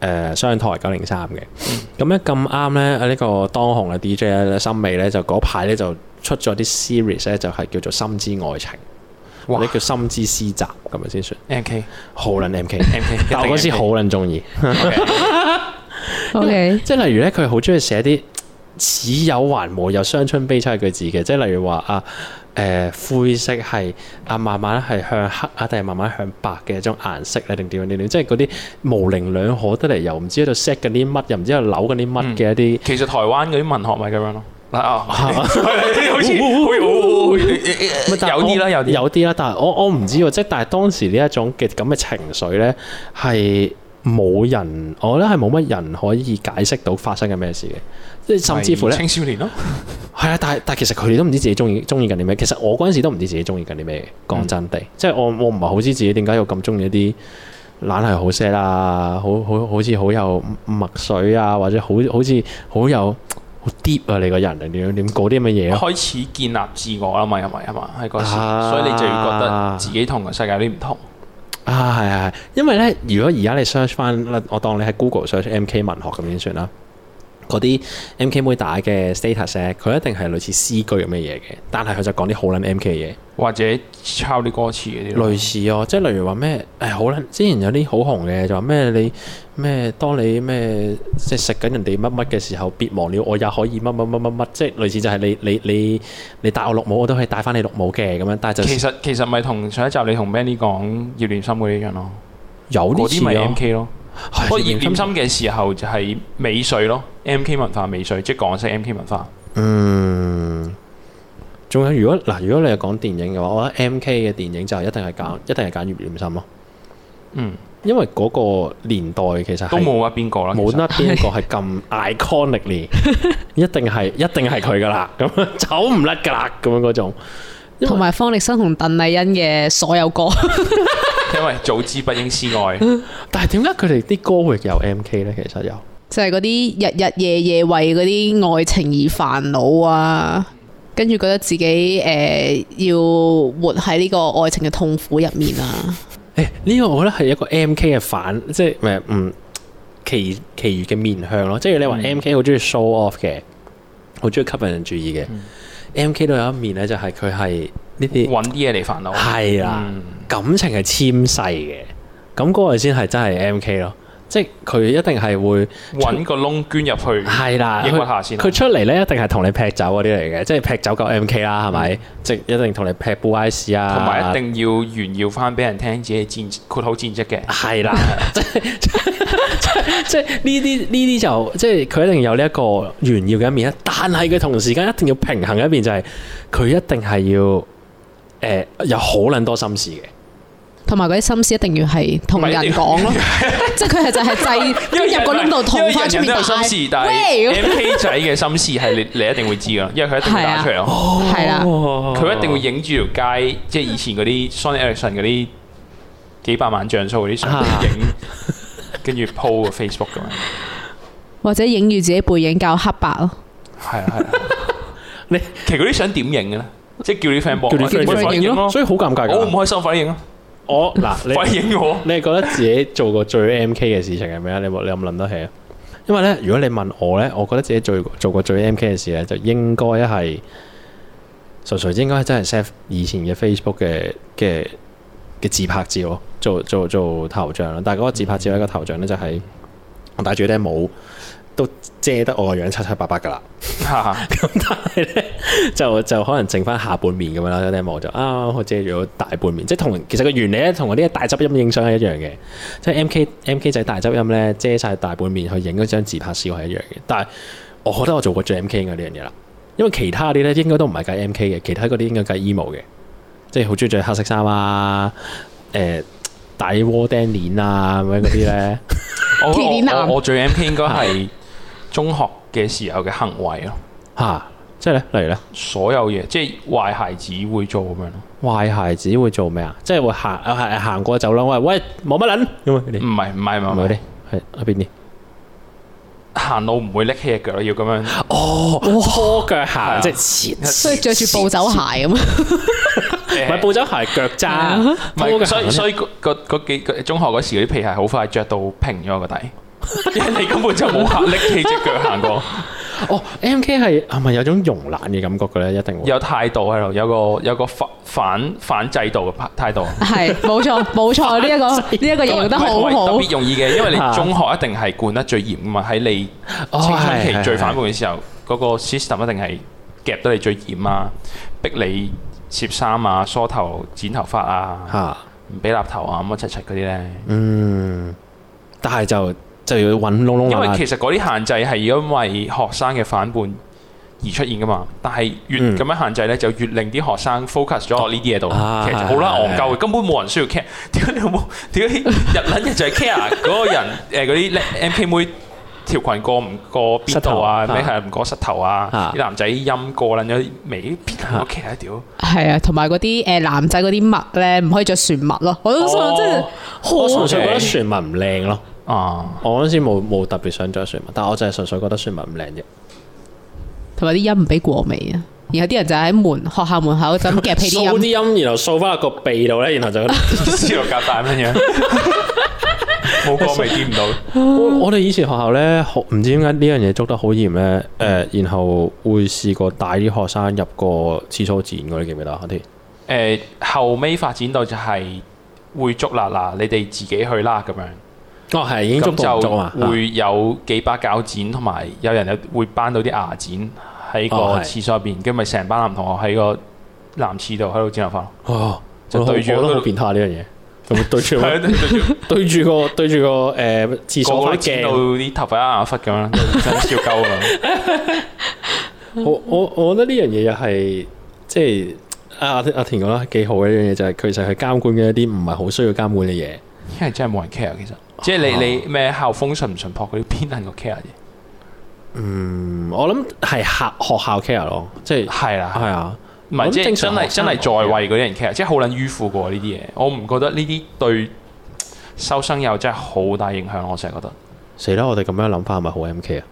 誒、商台九零三嘅，
嗯
咁咧咁啱咧，呢、個當紅嘅 DJ 咧，森美咧就嗰排咧就出咗啲 series 咧，就係叫做《心之愛情》，或
哇
者叫《心之詩集》咁樣先算，
M K
好撚 M
[LAUGHS]
K，
M K，
但我嗰時好撚中意。
O K，
即係例如咧，佢好中意寫啲似有還無又傷春悲秋嘅句子嘅，即係例如話啊，誒、灰色係啊，慢慢係向黑啊，定係慢慢向白嘅一種顏色咧，定點樣點點，即係嗰啲模棱兩可得嚟，又唔知喺度 set 緊啲乜，又唔知喺度扭緊啲乜嘅一啲。
其實台灣嗰啲文學咪咁樣咯。嗱啊，好似好似好似
但係
有啲啦，
我
有啲
有啲啦，但係我我唔知喎，即係但係當時呢一種嘅咁嘅情緒咧，係冇人，我覺得係冇乜人可以解釋到發生緊咩事嘅，即係甚至乎咧
咪。青少年咯。
係啊，但係但係其實佢哋都唔知自己中意中意緊啲咩。其實我嗰陣時都唔知自己中意緊啲咩嘅。講真地，即係我我唔係好知自己點解要咁中意一啲懶係好 set 啊，好好好似好有墨水啊，或者好好似好有好 deep 啊，你個人定點樣點嗰啲咁嘅嘢咯。
開始建立自我啦嘛，因為因為喺嗰時，
啊
所以你就要覺得自己同個世界有啲唔同。
啊，係係係，因為咧，如果而家你 search 翻，我當你喺 Google search M K 文學咁先算啦。嗰啲 M K 妹打嘅 status 咧，佢一定係類似詩句咁嘅嘢嘅，但係佢就講啲好撚 M K 嘅嘢。
或者抄啲歌詞嗰啲咯
類似哦，即係例如話咩誒好啦，之前有啲好紅嘅就話咩你咩當你咩即係食緊人哋乜乜嘅時候，別忘了我也可以乜乜乜乜乜，即係類似就係你你你你戴我綠帽，我都可以戴翻你綠帽嘅咁樣，但係就
其實其實咪同上一集你同 Manny 講葉念琛嗰啲一樣咯，
有
嗰
啲
啲咪
似咯
M，K 咯。
係
不過葉念琛嘅時候就係美穗咯，M K 文化美穗，即係港式 M K 文化。
嗯。仲有如果嗱，如果你係講電影嘅話，我覺得 M K 嘅電影就一定係揀，一定係揀葉念琛咯，
嗯，
因為嗰個年代其實係
都冇乜邊個啦。
冇
其實
得邊一個係咁 iconically，一定係一定係佢噶啦，咁樣 [LAUGHS] 走唔甩噶啦，咁樣嗰種。因為
同埋方力申同鄧麗欣嘅所有歌， [LAUGHS]
因為早知不應思愛，
但係點解佢哋啲歌會有 M K 咧？其實有
就係嗰啲日日夜夜為嗰啲愛情而煩惱啊，跟住覺得自己诶要活喺呢個愛情嘅痛苦入面啊。
誒呢個我覺得係一個 M K 嘅反，即係誒嗯其其餘嘅面向咯。即係你話 M K 好中意 show off 嘅，好中意吸引人注意嘅。M K 都有一面咧，就係佢係呢啲
揾啲嘢嚟煩惱。
係啦，
嗯
感情係纖細嘅。咁嗰個先係真係 M K 咯，即係佢一定係會
揾個窿捐入去，
係啦，
抑鬱
佢
下先啊啦。
佢出嚟咧一定係同你劈酒嗰啲嚟嘅，即係劈酒夠 M K 啦，係咪？即係一定同你劈 b u i c e 啊，
同埋一定要炫耀翻俾人聽自己戰括好戰績嘅。
係啦，即即即呢啲呢啲就即係佢一定有呢一個炫耀嘅一面啦，但係佢同時間一定要平衡嘅一面就係、佢一定係要誒、呃有好撚多心事嘅，
同埋嗰啲心思一定要係同人講咯， [LAUGHS] 即係佢係就係
[LAUGHS]
製捐入個窿
因
度
為
捅
人
翻出
人
面
都有
大
心事，但
喂
係 M K 仔嘅心事係你你一定會知噶，因為佢一定會打出嚟咯。
係啦，
哦佢一定會
贏
影住條街，即係以前嗰啲 Sony Ericsson 嗰啲幾百萬像素嗰啲相
啊
影，跟住 po 個 Facebook 咁樣。
或者影住自己背影較黑白咯，
係啊係啊，
[LAUGHS] 你
其實嗰啲相點影嘅咧？即係叫啲 friend 幫我，
叫啲
喂
friend
快啲影咯
所。以好尷尬
我
㗎。
唔開心，快啲影咯，
我嗱你
快啲
[LAUGHS]
影我。
你係覺得自己做過最 M K 嘅事情係咩啊？你有冇你有冇諗得起啊？因為咧，如果你問我咧，我覺得自己做做過最 M K 嘅事咧，就應該係純粹應該真係 set 以前嘅 Facebook 嘅嘅嘅自拍照咯，做做做頭像啦。但係嗰個自拍照一個頭像咧，就係我戴住頂帽，都遮得我個樣七七八八噶啦。就就可能剩翻下半面咁樣啦，有啲人望就啊，我遮咗大半面，即係同其實個原理咧，同嗰啲大執音影相係一樣嘅，即係 M K M K 仔大執音咧遮晒大半面去影嗰張自拍照係一樣嘅，但係我覺得我做過最 M K 嘅呢樣嘢啦，因為其他啲咧應該都唔係計 M K 嘅，其他嗰啲應該計 emo 嘅，即係好中意着黑色衫啊，誒、大窩釘鏈啊咁樣嗰啲咧，
[LAUGHS]
我
鐵鏈男
我我我最 M K 應該係中學嘅時候嘅行為咯，
[LAUGHS] 嚇、即係咧，例如咧。
所有嘢即係壞孩子會做咁樣咯，
壞孩子會做咩啊？即係會行啊，係行過走廊，喂喂，冇乜撚咁啊！佢哋
唔係唔係唔
唔係嗰
係
啲，係喺邊啲？
行路唔會拎起只腳咯，要咁
[LAUGHS]
樣
哦，拖腳行即係切，
所以着住暴走鞋咁啊，
唔係
誒
步走鞋腳
啊
踭，
唔
拖腳
係，所
行
以
咧。
所以嗰嗰嗰幾個中學嗰時嗰啲皮鞋好快着到平咗個底， [LAUGHS] 因為你根本就冇行拎起只腳行
[LAUGHS]
過，
哦，M K 係係咪有種慵懶嘅感覺嘅咧？一定會。
有態度喺度，有個有個反反反制度嘅態度。
係冇錯
[LAUGHS]
冇錯，呢一個呢一個 [LAUGHS] 形容得好
唔係同埋
好啊
特，別容易嘅，因為
[LAUGHS]
你中學一定係管得最嚴噶嘛，喺你
哦
青春
係係
期最
係
反叛嘅時候，嗰個 system 一定係夾得你最嚴啊，逼你攝衫啊、梳頭、剪頭髮啊、
嚇，
唔俾立頭啊乜柒柒嗰啲咧。
嗯，但係就就要揾窿窿
因為
罅
其
罅。
實嗰啲限制係因為學生嘅反叛而出現噶嘛，但係越
嗯
咁樣限制咧，就越令啲學生 focus 咗落呢啲嘢度，
啊
其實好啦，戇鳩嘅，根本冇人需要 care。點解你冇？點解日撚日就係 care
[LAUGHS]
嗰個人誒嗰啲叻 M K 妹條裙過唔過邊度啊？
膝頭
咩係唔過膝頭啊
啊？
啲男仔陰過撚咗尾邊度
啊
OK 啊 [LAUGHS] 屌！
係啊，同埋嗰啲誒男仔嗰啲襪咧，唔可以着船襪咯，我都想
哦
即係
我
好啊
純粹覺得
OK
船襪唔靚咯，
啊，
我嗰陣時冇冇特別想着船襪，但我就係純粹覺得船襪唔靚啫。
同埋啲音唔俾過味啊。然後啲人就喺門學校門口就咁夾起啲
掃啲
音，
音，然後掃翻落個鼻度咧，然後就
思路夾帶咁樣，冇
[LAUGHS]
過咪見唔到。
我我哋以前學校咧，好唔知點解呢樣嘢捉得好嚴咧。誒、然後會試過帶啲學生入個廁所展嗰啲，記唔記得啊？嗰啲
誒、呃後尾發展到就係會捉啦嗱，你哋自己去啦咁樣，
哦，係已經捉
咁
到唔捉啊
就
嘛。
會有幾把鉸剪，同埋有人有會扳到啲牙剪喺
哦
個
係
廁所入邊，跟住咪成班男同學喺個男廁度喺度剪頭
[LAUGHS]
髮咯，
哦，
就
我覺得
對住
好我覺
嗰
得
個
好變態呢樣嘢。咁對 [LAUGHS] 住
係啊對住
對住個對住個誒廁
個
所
個都
塊
剪
鏡
到，啲頭髮一眼忽咁樣，真係笑鳩啊！
我我我覺得呢樣嘢又係即係啊阿阿田講得幾好嘅一樣嘢，就係其實係監管嘅一啲唔係好需要監管嘅嘢。
[LAUGHS] 因為真係冇人 care 其實，即係你你咩校風純唔純樸嗰啲邊能夠 care 啫？
嗯，我諗係校學校 care 咯，即係
係啦，
係啊。
唔係
咁
即係
正
真
常學
係真
生
係在
學
位嗰啲人 care，即係好撚迂腐過呢啲嘢。我唔覺得呢啲對收生友真係好大影響，我成日覺得。
死啦！我哋咁樣諗法係咪好 M K 啊？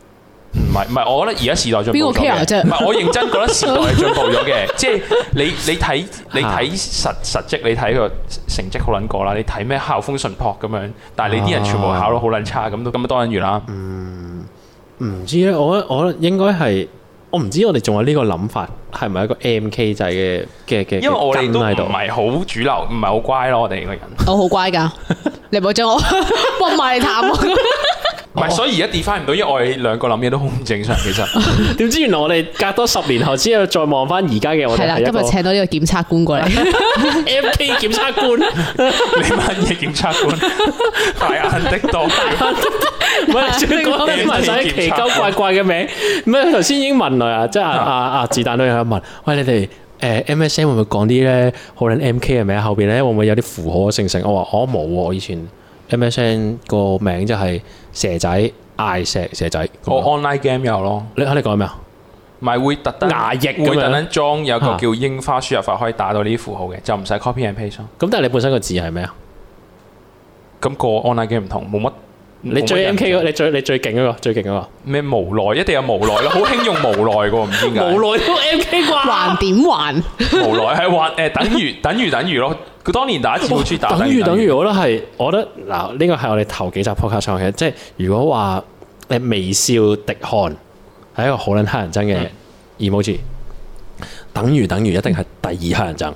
唔係唔係，我覺得而家時代進步
邊個
咗
care
嘅
啫
唔係我認真覺得時代係進步咗
[LAUGHS]
嘅，即係你你睇你
啊
睇實實績，你睇個成績好撚過啦，你睇咩校風純樸咁樣，但係你啲人全部考得好撚差，咁都咁當然完啦。
嗯唔知咧，我覺得我覺得應該係，我唔知我哋仲有呢個諗法係咪一個 M K 制嘅嘅嘅，
因為我哋都
嘅根喺度
唔係好主流，唔係好乖咯，我哋個人。
我好乖噶，你唔好將我 [LAUGHS] 搏埋嚟談我。
唔
哦
係，所以而家 define 唔到，因為我哋兩個諗嘢都好唔正常，其實
點知原來我哋隔多十年後之後再望翻而家嘅我
係
哋
啦，
係
今
一個
日請到呢個檢察官過嚟，
[LAUGHS] M K 檢察
[LAUGHS]
官，
你乜嘢檢察官 [LAUGHS] 大眼的當家
唔係仲要講啲埋晒啲奇鳩怪怪嘅名，唔係頭先已經問啦，即係阿阿阿子彈都有問，喂你哋。誒 MSN 會唔會講啲咧好撚 MK 嘅名後邊咧會唔會有啲符號啊成成？我話我冇喎，以前 MSN 個名就係蛇仔嗌蛇蛇仔。
我 online game 有咯，
你你講咩啊？
咪會特登
牙翼咁樣
會特登裝有個
嚇
叫櫻花輸入法可以打到呢啲符號嘅，就唔使 copy and paste 咯。
咁但係你本身個字係咩啊？
咁個 online game 唔同，冇乜
你最 M K
嗰
嗰你最你最勁嗰個最勁嗰
咩無奈，一定有無奈咯，好興用無奈嘅喎，唔知點
個，
解。
無奈都 M K
還
啩？
點還？
無奈係話
[LAUGHS]
誒等於等於等於咯，佢當年打字好中意打
等於等於，我覺得係，我覺得嗱呢個係我哋頭幾集 podcast 講嘅，即係如果話你微笑滴汗係一個好撚黑人憎
嗯
嘅 emoji，等於等於一定係第二黑人憎，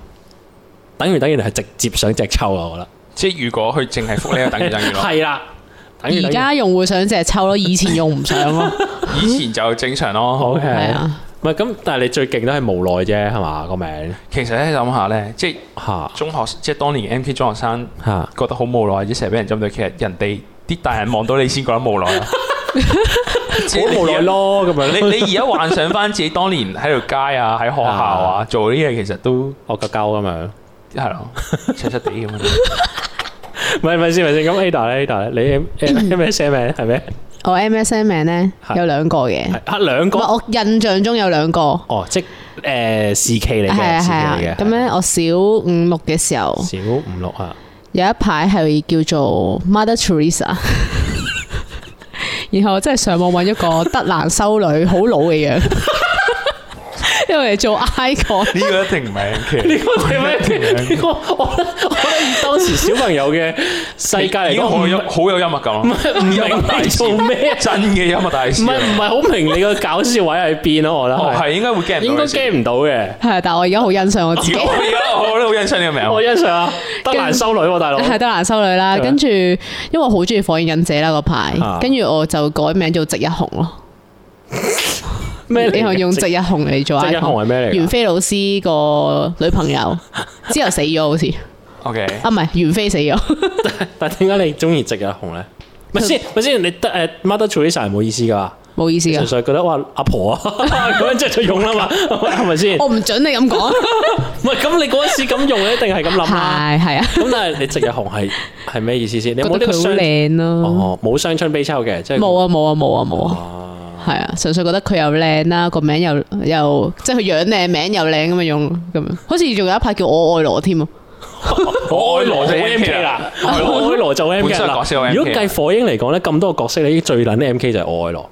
等於等於係直接想隻抽啊！我覺得
即係如果佢淨係覆呢個等於等於咯。
係啦，等於
而
哎等於
家用户想隻抽咯，以前用唔上咯。
以前就正常咯。
OK，
係啊
[LAUGHS] 唔係咁，但係你最勁都係無奈啫，係嘛個名
其實咧諗下咧，即係
嚇
中學，即係當年嘅 MK 中學生
嚇。
覺得好無奈，即係成日俾人針對。其實人哋啲大人望到你先覺得無奈啊，好
好無奈。咯咁樣
你
咧，
你而家幻想翻自己當年喺條街啊，喺學校啊，做啲嘢其實都
我嚿鳩咁樣，
係咯，赤赤地咁
[LAUGHS]
樣。
唔係唔係先咪先咁 Ada 咧 Ada 咧，你 M M S M 名係咩？
我 MSN 名咧
係
有兩個嘅，
係啊兩
唔
個
係我印象中有兩個。
哦，即誒時期嚟嘅，
係啊
時期
係啊
嚟嘅，，
咁咧我小五六嘅時候
小五六啊，
有一排係叫做 Mother Teresa，然後我真係上網揾一個德蘭修女好老
[LAUGHS]
嘅樣，因為做 icon。
呢個一定唔係 MK。
呢個係咩？呢個我覺得我覺得以當時小朋友嘅世界嚟
已經
講，
好
唔
有好有幽默感啊！唔
唔明你做咩啊，
真嘅幽默大師
唔
啊，
係唔係好明你個搞笑位喺邊咯，我覺得
哦
係
係應該會 get 唔到
應該
你先
get 唔到嘅，
係，啊但我而家好欣
[LAUGHS]
賞我自己
啊
如，果我而家我都好欣賞呢個名
我欣賞啊，德蘭修女喎，大佬
[LAUGHS] 係德蘭修女啦。
係
跟住因為我好中意火影忍者啦嗰排
啊，
跟住我就改名做直日紅咯。
咩嚟嘅？
你係用直日紅嚟做
直日
icon？
紅係咩嚟㗎
袁飛老師個女
[LAUGHS]
朋友之後死咗好似，
，OK。
啊唔係袁飛死咗。 [LAUGHS]
但點解你中意直日紅咧？咪先，咪先，你得誒 Mother Teresa 係冇意思噶嘛？
冇意思
純 [LAUGHS]
啊噶，
粹覺得哇阿婆啊， [LAUGHS] 咁樣即係就用啦
[LAUGHS]
嘛，係咪先？
我唔准你咁講。
唔係咁，你嗰陣時咁用，你一定係咁 [LAUGHS] 諗啦。
係係啊，
咁但係你直日紅係係咩意思先？你有
覺
冇呢
得
個
佢好
傷？
靚咯。
哦，冇傷春悲秋嘅，即係
冇啊冇啊冇啊冇啊，
啊。
係啊，純粹覺得佢又靚啦，個名又又即係佢樣靚，名又靚咁樣用咁樣，好似仲有一排叫我愛羅添啊。
我愛羅就
M K 啦
MK 啦，
我愛羅就 M
本
K
身個角色有
啦。
MK
如果計火影嚟講咧，咁多個角色，你最撚 M K 就係我愛羅。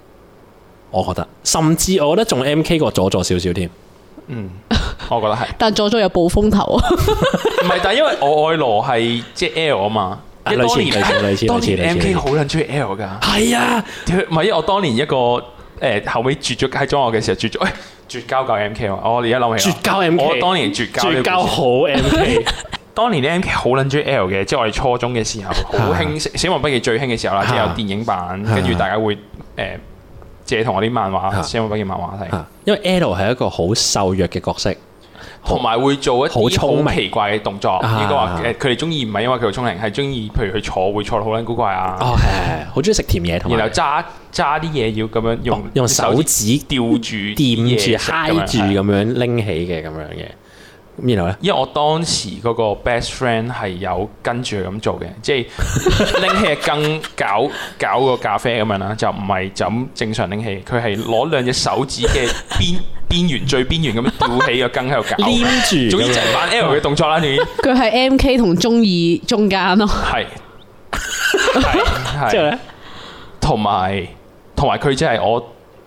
我覺得，甚至我覺得仲 M K 過佐助少少添。
嗯，我覺得係，
但佐助有暴風頭啊，
唔係，但係因為我愛羅係即係 L 啊嘛，
啊
因為當
類似 [LAUGHS] 類似類似
年當
類似
年
類似
MK 好撚中意 L 噶，
係啊，
屌唔係因為我當年一個誒後尾絕咗喺中學嘅時候絕咗，喂絕交夠 MK 喎，啊我而家諗起啦
絕交 M K。
我當年絕交
絕
呢個故事
交好 M K。
當年咧 MK 好撚中意 L 嘅，即係我哋初中嘅時候，好興《死死亡筆記》最興嘅時候啦，
啊
即係有電影版，跟住大家會誒借同我啲漫畫
啊
《死亡筆記》漫畫睇，
啊因為 L 係一個好瘦弱嘅角色。
同埋會做一
好聰
啲
明
好奇怪嘅動作。
啊
應該話誒，呃佢哋中意唔係因為佢好聰明，係中意譬如佢坐會坐到好撚古怪啊，
哦，係係係好中意食甜嘢同
然後
埋
揸揸啲嘢要咁樣用
哦用手指
吊住掂
掂住、揩住咁樣拎起嘅咁樣嘅。咁然後咧，
因為我當時嗰個 best friend 係有跟住佢咁做嘅，即
[LAUGHS]
係拎起隻羹搞搞個咖啡咁樣啦，就唔係就咁正常拎起，佢係攞兩隻手指
[LAUGHS]
嘅邊邊緣最邊緣咁樣吊起個羹喺度搞。
黏住
總
咁
之就
樣。
係玩 L 嘅動作啦，總之
佢係 M K 同中意中間咯。
[LAUGHS]
係係
之後
係，
咧，
同埋同埋佢即係我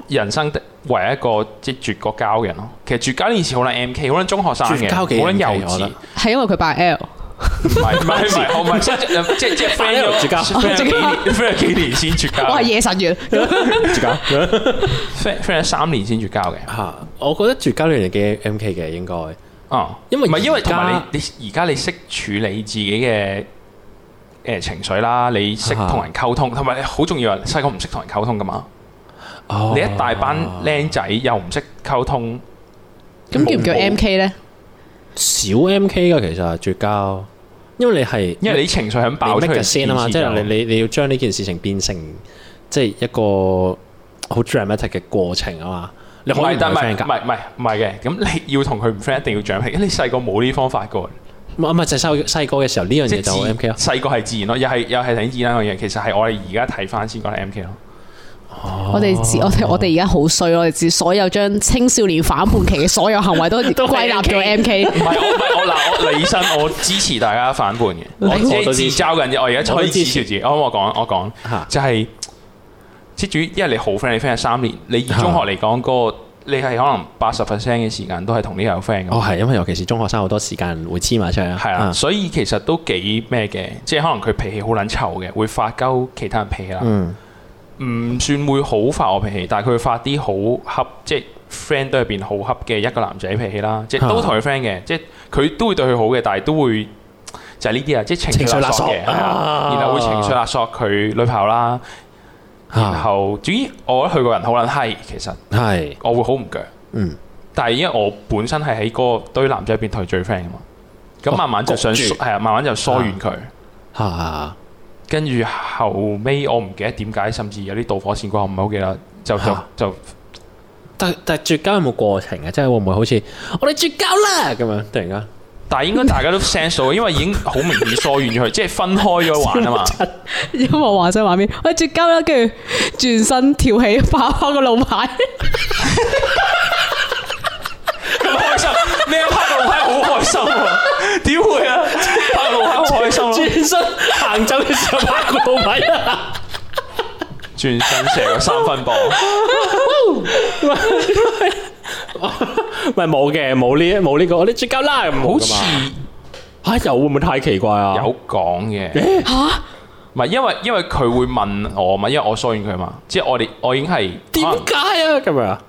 人生的唯一一個即係絕過交嘅人咯。其實絕交呢件事好撚 M K，好撚中學生
絕
嘅，好
交幾
撚
MK
幼
我覺
稚
得。
係因為佢扮 L，
唔係唔係唔係，
[LAUGHS]
我唔係即係即係即係 friend 咗
絕交
，friend 咗幾年，friend 咗幾年先絕
啊
交
我係夜神月，
[LAUGHS] 絕交
，friend friend 咗三年先絕交嘅。
吓，我覺得絕交呢樣嘢幾 M K 嘅應該
啊，
因為
唔係因為
而家
同埋你你而家你識處理自己嘅誒情緒啦，你識
啊
同人溝通，同埋你好重要啊！細個唔識同人溝通噶嘛，
哦
你一大班僆仔又唔識溝通，
咁叫唔叫 M K 咧？
少 M K 噶，其實絕交，因為你係
因為你情緒響爆
你
出
make 嘅
嚟
先啊嘛，
件
即
事就
係你你你要將呢件事情變成即係一個好 dramatic 嘅過程啊嘛，你可
唔
以
係
唔
但係
friend
唔
㗎，
係唔係唔係嘅，咁你要同佢唔 friend 一定要長氣，因為你細個冇呢啲方法噶喎。
唔係唔係就係細細個嘅時候呢樣
即
嘢
係
就 M K
自
咯，
細個係自然咯，又係又係睇自然嗰樣嘢，其實係我哋而家睇翻先覺得 M K 咯。
哦
我哋自我哋我哋而家好衰咯，我哋自所有將青少年反叛期嘅所有行為
[LAUGHS]
都歸納咗 M K。
唔係我唔係我嗱，我李 [LAUGHS] 生我支持大家反叛嘅，我
[LAUGHS] 我都
自
支
己自
持
嘲緊啫。我而家可以支
我都支
持
持
自己。我我講我講
嚇，
就係即係主要，因為你好 friend，你 friend 係三年，你以中學嚟講嗰個，你係可能八十 percent 嘅時間都係同呢個有 friend
哦
嘅。
係因為尤其是中學生好多時間會黐埋出嚟啊，
係啊，所以其實都幾咩嘅，即係可能佢脾氣好撚臭嘅，會發鳩其他人脾氣啦。
嗯
唔算會好發我脾氣，但係佢會發啲好恰，即係 friend 都入邊好恰嘅一個男仔脾氣啦，即係
啊
都同佢 friend 嘅，即係佢都會對佢好嘅，但係都會就係呢啲啊，即係情緒勒索嘅，
情緒勒索
係啊
啊
然後會情緒勒索佢女朋友啦，然
嚇
後至於我覺得佢個人好撚閪，其實
啊係
我會好唔鋸，
嗯
但係因為我本身係喺嗰堆男仔入邊同佢最 friend 噶嘛，咁慢慢就想
焗住
係哦啊，慢慢就疏遠佢。
啊嚇
跟住後尾我唔記得點解，甚至有啲導火線啩，我唔係好記得，就就
嚇
就
但但絕交有冇過程啊？即係會唔會好似我哋絕交啦咁樣突然間？
但係應該大家都 sense 到，因為已經好明顯疏遠咗 [LAUGHS] 佢，即係分開咗玩啊嘛。
[LAUGHS] 因為話想畫面，喂絕交啦，跟住轉身跳起爆翻個路牌，
咁開心咩？拍個路牌好開心啊！點會 [LAUGHS] 啊？拍個路牌好開心 [LAUGHS] 咯、
轉身行走嘅時候拍個老米啊！
轉身射個三分波，
[LAUGHS] 唔係冇嘅，冇呢冇呢個，我哋絕交啦咁
好
冇㗎
似
嘛。嚇又會唔會太奇怪啊？ [LAUGHS]
有講嘅唔係因為因為佢會問我嘛，因為我疏遠佢嘛，即係我哋我已經係
點
可能
解啊？咁樣啊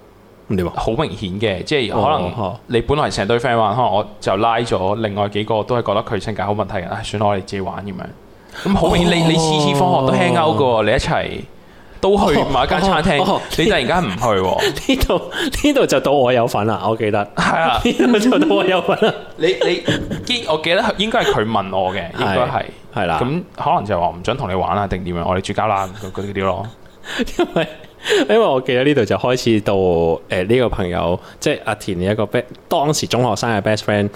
唔點啊？
好明顯嘅，即係可
哦
能
哦
你本來成堆 friend 玩，可能我就拉咗另外幾個都係覺得佢性格好問題嘅，唉，算啦，我哋自己玩咁樣。咁好明顯，你你次次放學
哦
都 hang out 嘅喎，你一齊都去某一間餐廳
哦哦哦，
你突然間唔去
[LAUGHS]
喎，
呢度呢度就到我有份啦，我記得。
係啊，
呢度就到我有份啦。
你你記我記得應該係佢問我嘅，應該係
係係啦
咁可能就話唔想同你玩啦，定點樣？我哋絕交啦，嗰嗰啲咯。
因為 [LAUGHS] 因為我記得呢度就開始到誒呢個朋友，即係阿田嘅一個 best 當時中學生嘅 best friend，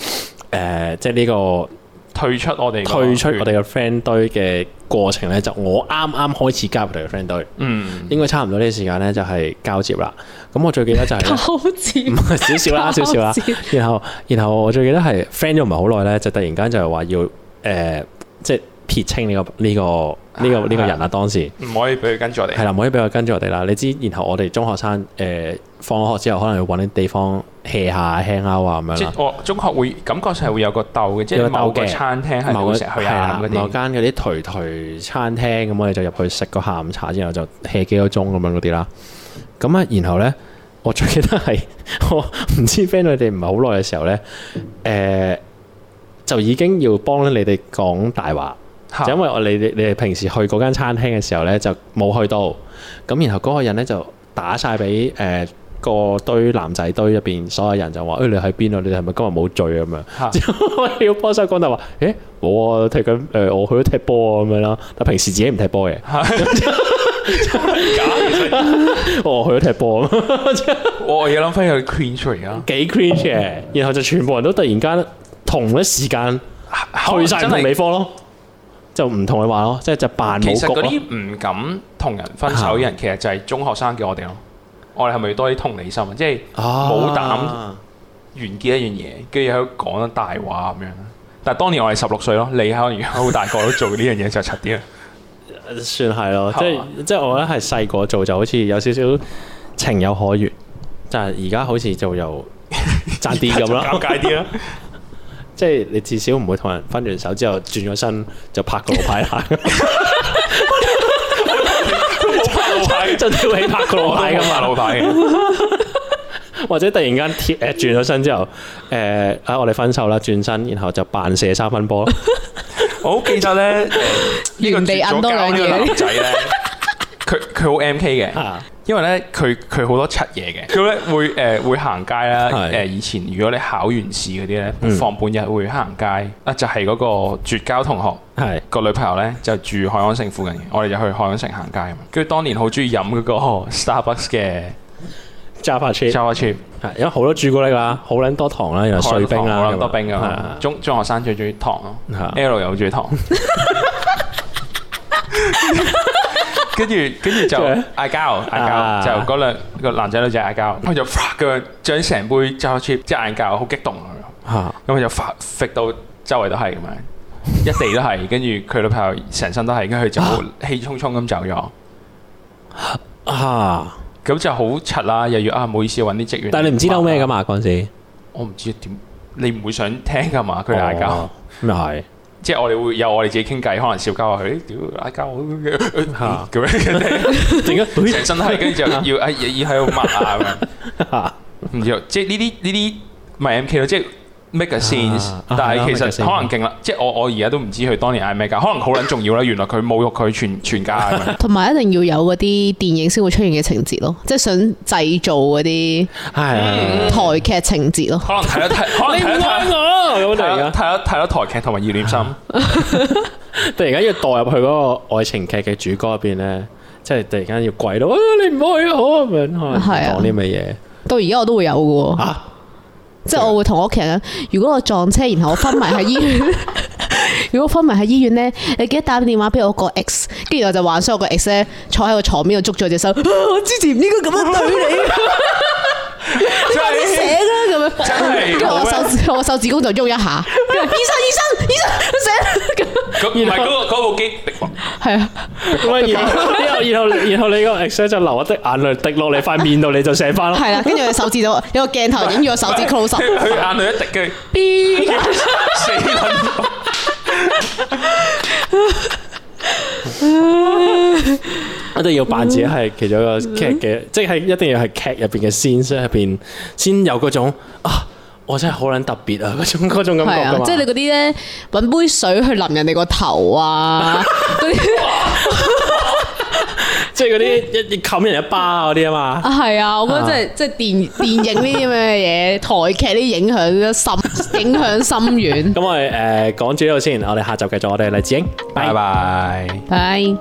誒即係呢個。
退出我哋個
退出我哋嘅 friend 堆嘅過程咧，就我啱啱開始加入我哋嘅 friend 堆，
嗯
應該差唔多呢啲時間咧就係交接啦。咁我最記得就係、
[LAUGHS] 好賤
唔係少
[LAUGHS]
少啦，少少啦
交接。
然後然後我最記得係 friend 咗唔係好耐咧，就突然間就係話要誒、呃即係撇清呢、個呢、個呢、個呢、個人啦。啊當時
唔可以俾佢跟住我哋
係。啦，唔可以俾佢跟住我哋啦。你知，然後我哋中學生誒、呃放咗學之後，可能要揾啲地方 hea 下、hang out 啊咁樣
即係
啦。
我中學會感覺上係會有個鬥嘅，即係
有個鬥
某個
嘅
餐廳係
某
會
個
成日去
係啦
啊嗰
某
啲。
間嗰啲頹頹餐廳咁，我哋就入去食個下午茶，之後就 hea 幾個鐘咁樣嗰啲啦。咁啊，然後咧，我最記得係 [LAUGHS] 我唔知 friend 佢哋唔係好耐嘅時候咧，誒、呃就已經要幫你哋講大話。
嚇
就因為我你哋你哋平時去嗰間餐廳嘅時候咧，就冇去到，咁然後嗰個人咧就打晒俾誒個堆男仔堆入邊所有人就話：，誒、你喺邊啊？你哋係咪今日冇醉啊咁
嚇
樣？ [LAUGHS] 之後我哋要幫手講就話：，誒冇啊，踢緊誒、我去咗踢波啊咁樣啦。但平時自己唔踢波嘅， [LAUGHS] 我去咗踢波啊，
[LAUGHS] 我有諗翻有 queen 出嚟啊，
幾 cringe 嘅。然後就全部人都突然間同一時間 [LAUGHS] 去晒唔
哦真
同
係
地方咯，就唔同佢玩咯，即係就扮
其
冇
實
局
嗰
咯。
啲唔敢同人分手嘅人，其實就係中學生嘅我哋咯。我哋係咪要多啲同理心啊？即係冇膽
啊
完結一樣嘢，跟住喺度講大話咁樣。但係當年我係十六歲咯，你喺我而家好大個都做呢樣嘢就柒
[LAUGHS]
啲啦。
算係咯，
係
即係
嘛
即係我覺得係細個做就好似有少少情有可原，就係而家好似就
[LAUGHS]
又爭啲咁啦
尷。
[LAUGHS]
尬啲啦。
即係你至少唔會同人分完手之後轉咗身就拍個老牌
[LAUGHS]
啦，
冇拍老牌，
就跳起拍個老牌咁
冇啊拍
嘛。
[LAUGHS] 老牌嘅。
或者突然間貼誒轉咗身之後，誒、啊我哋分手啦，轉身然後就扮射三分
[LAUGHS]
波咯。
我好記得
[LAUGHS]
咧，誒呢個
原地
轉
摁
咗
多
交
兩
呢個
嘢
男仔
[LAUGHS]
咧，佢佢好 M K 嘅。
啊，
因為咧，佢佢好多柒嘢嘅，佢咧會 [LAUGHS] 誒、呃、會行街啦。誒、
係
以前如果你考完試嗰啲咧，
嗯
放半日會行街啊，就係、嗰個絕交同學
係
個女朋友咧，就住海港城附近嘅，我哋就去海港城行街咁樣。跟住當年好中意飲嗰個 Starbucks 嘅
Java chip，
j a v a c h i p
係因為好多朱古力啦，好撚多糖啊啦，又碎冰啦，
多冰
咁樣係
啊
啊！
中中學生最中意糖咯
嚇
，L 又好中
[LAUGHS]
意糖。跟住跟住就
跟住呢
嗌交嗌
啊
交，就嗰兩個男仔女仔嗌交，佢就發咁樣將成杯 Java chip 即係嗌交，好激動佢，
嚇
咁佢就發揈到周圍都係咁樣， [LAUGHS] 一地都係，跟住佢女朋友成身都係，跟住佢就好氣沖沖咁走咗。
啊！
咁就好柒啦，又要啊唔好意思揾啲職員。啊
但係你唔知嬲咩噶？嘛嗰陣時，
我唔知點，你唔會想聽噶嘛？佢哋嗌交
哦。咁又係
即係我哋會有我哋自己傾偈，可能笑交話佢，屌嗌交
嗯嚇
[LAUGHS] 咁樣，
點解
成身都係，
[LAUGHS]
跟住就要哎要喺度抹啊咁樣，
嚇
唔知啊即係呢啲呢啲唔係 M K 咯，即係 make a sense，
啊啊
但係
係啦，make a
其實
sense
可能勁啦，即係我我而家都唔知佢當年嗌咩價，可能好撚重要啦，原來佢侮辱佢全全家咁
[LAUGHS]
樣，
同埋一定要有嗰啲電影先會出現嘅情節咯，即係想製造嗰啲
嗯
係啊
台劇情節咯。
可能睇得太，可能睇得太。
我咁突
睇
然
得
間
睇得睇得台劇同埋熱
[LAUGHS]
戀心，
突然間要代入去嗰個愛情劇嘅主角入邊咧，即係突然間要跪到啊！你唔好去啊，好啊咁樣可能
係啊
講啲乜嘢
到而家我都會有嘅喎，
啊？
即係我會同我屋企人講，如果我撞車，然後我昏迷喺醫院， [LAUGHS] 如果我昏迷喺醫院咧，你記得打電話俾我個 X，跟住我就幻想我個 X 咧坐喺個床邊度捉咗隻手， [LAUGHS] 啊我之前唔應該咁樣對你，快啲醒啦咁樣。
真係
跟住我
冇咩
手指我手指公就喐一下，跟住醫生醫生醫生醒啦
嗰唔係嗰個嗰部機，
咁，係啊，
咁啊，然
[LAUGHS]
後然後然後然後你個 ex 咧就流一滴眼淚滴落你塊面度，你就醒翻咯。
係啦，跟住我手指就有個鏡頭影住我手指 close up，
佢佢眼淚一滴嘅，
咇
死撚咗
一定要扮自己係其中一個劇
嗯
嘅，即係一定要係劇入邊嘅先，先入邊先有嗰種啊，我真係好撚特別啊嗰種嗰種感
係
覺㗎
啊
嘛，
即係你嗰啲咧，揾杯水去淋人哋個頭啊，嗰啲
即係嗰啲一一冚人一巴嗰啲啊嘛。
啊係啊，我覺得真係即係電 [LAUGHS] 電影呢啲咁嘅嘢，台劇啲影響得深，影響深遠。
呃咁我哋誒講住呢度先，我哋下集繼續，我哋黎智英，
拜拜。
拜。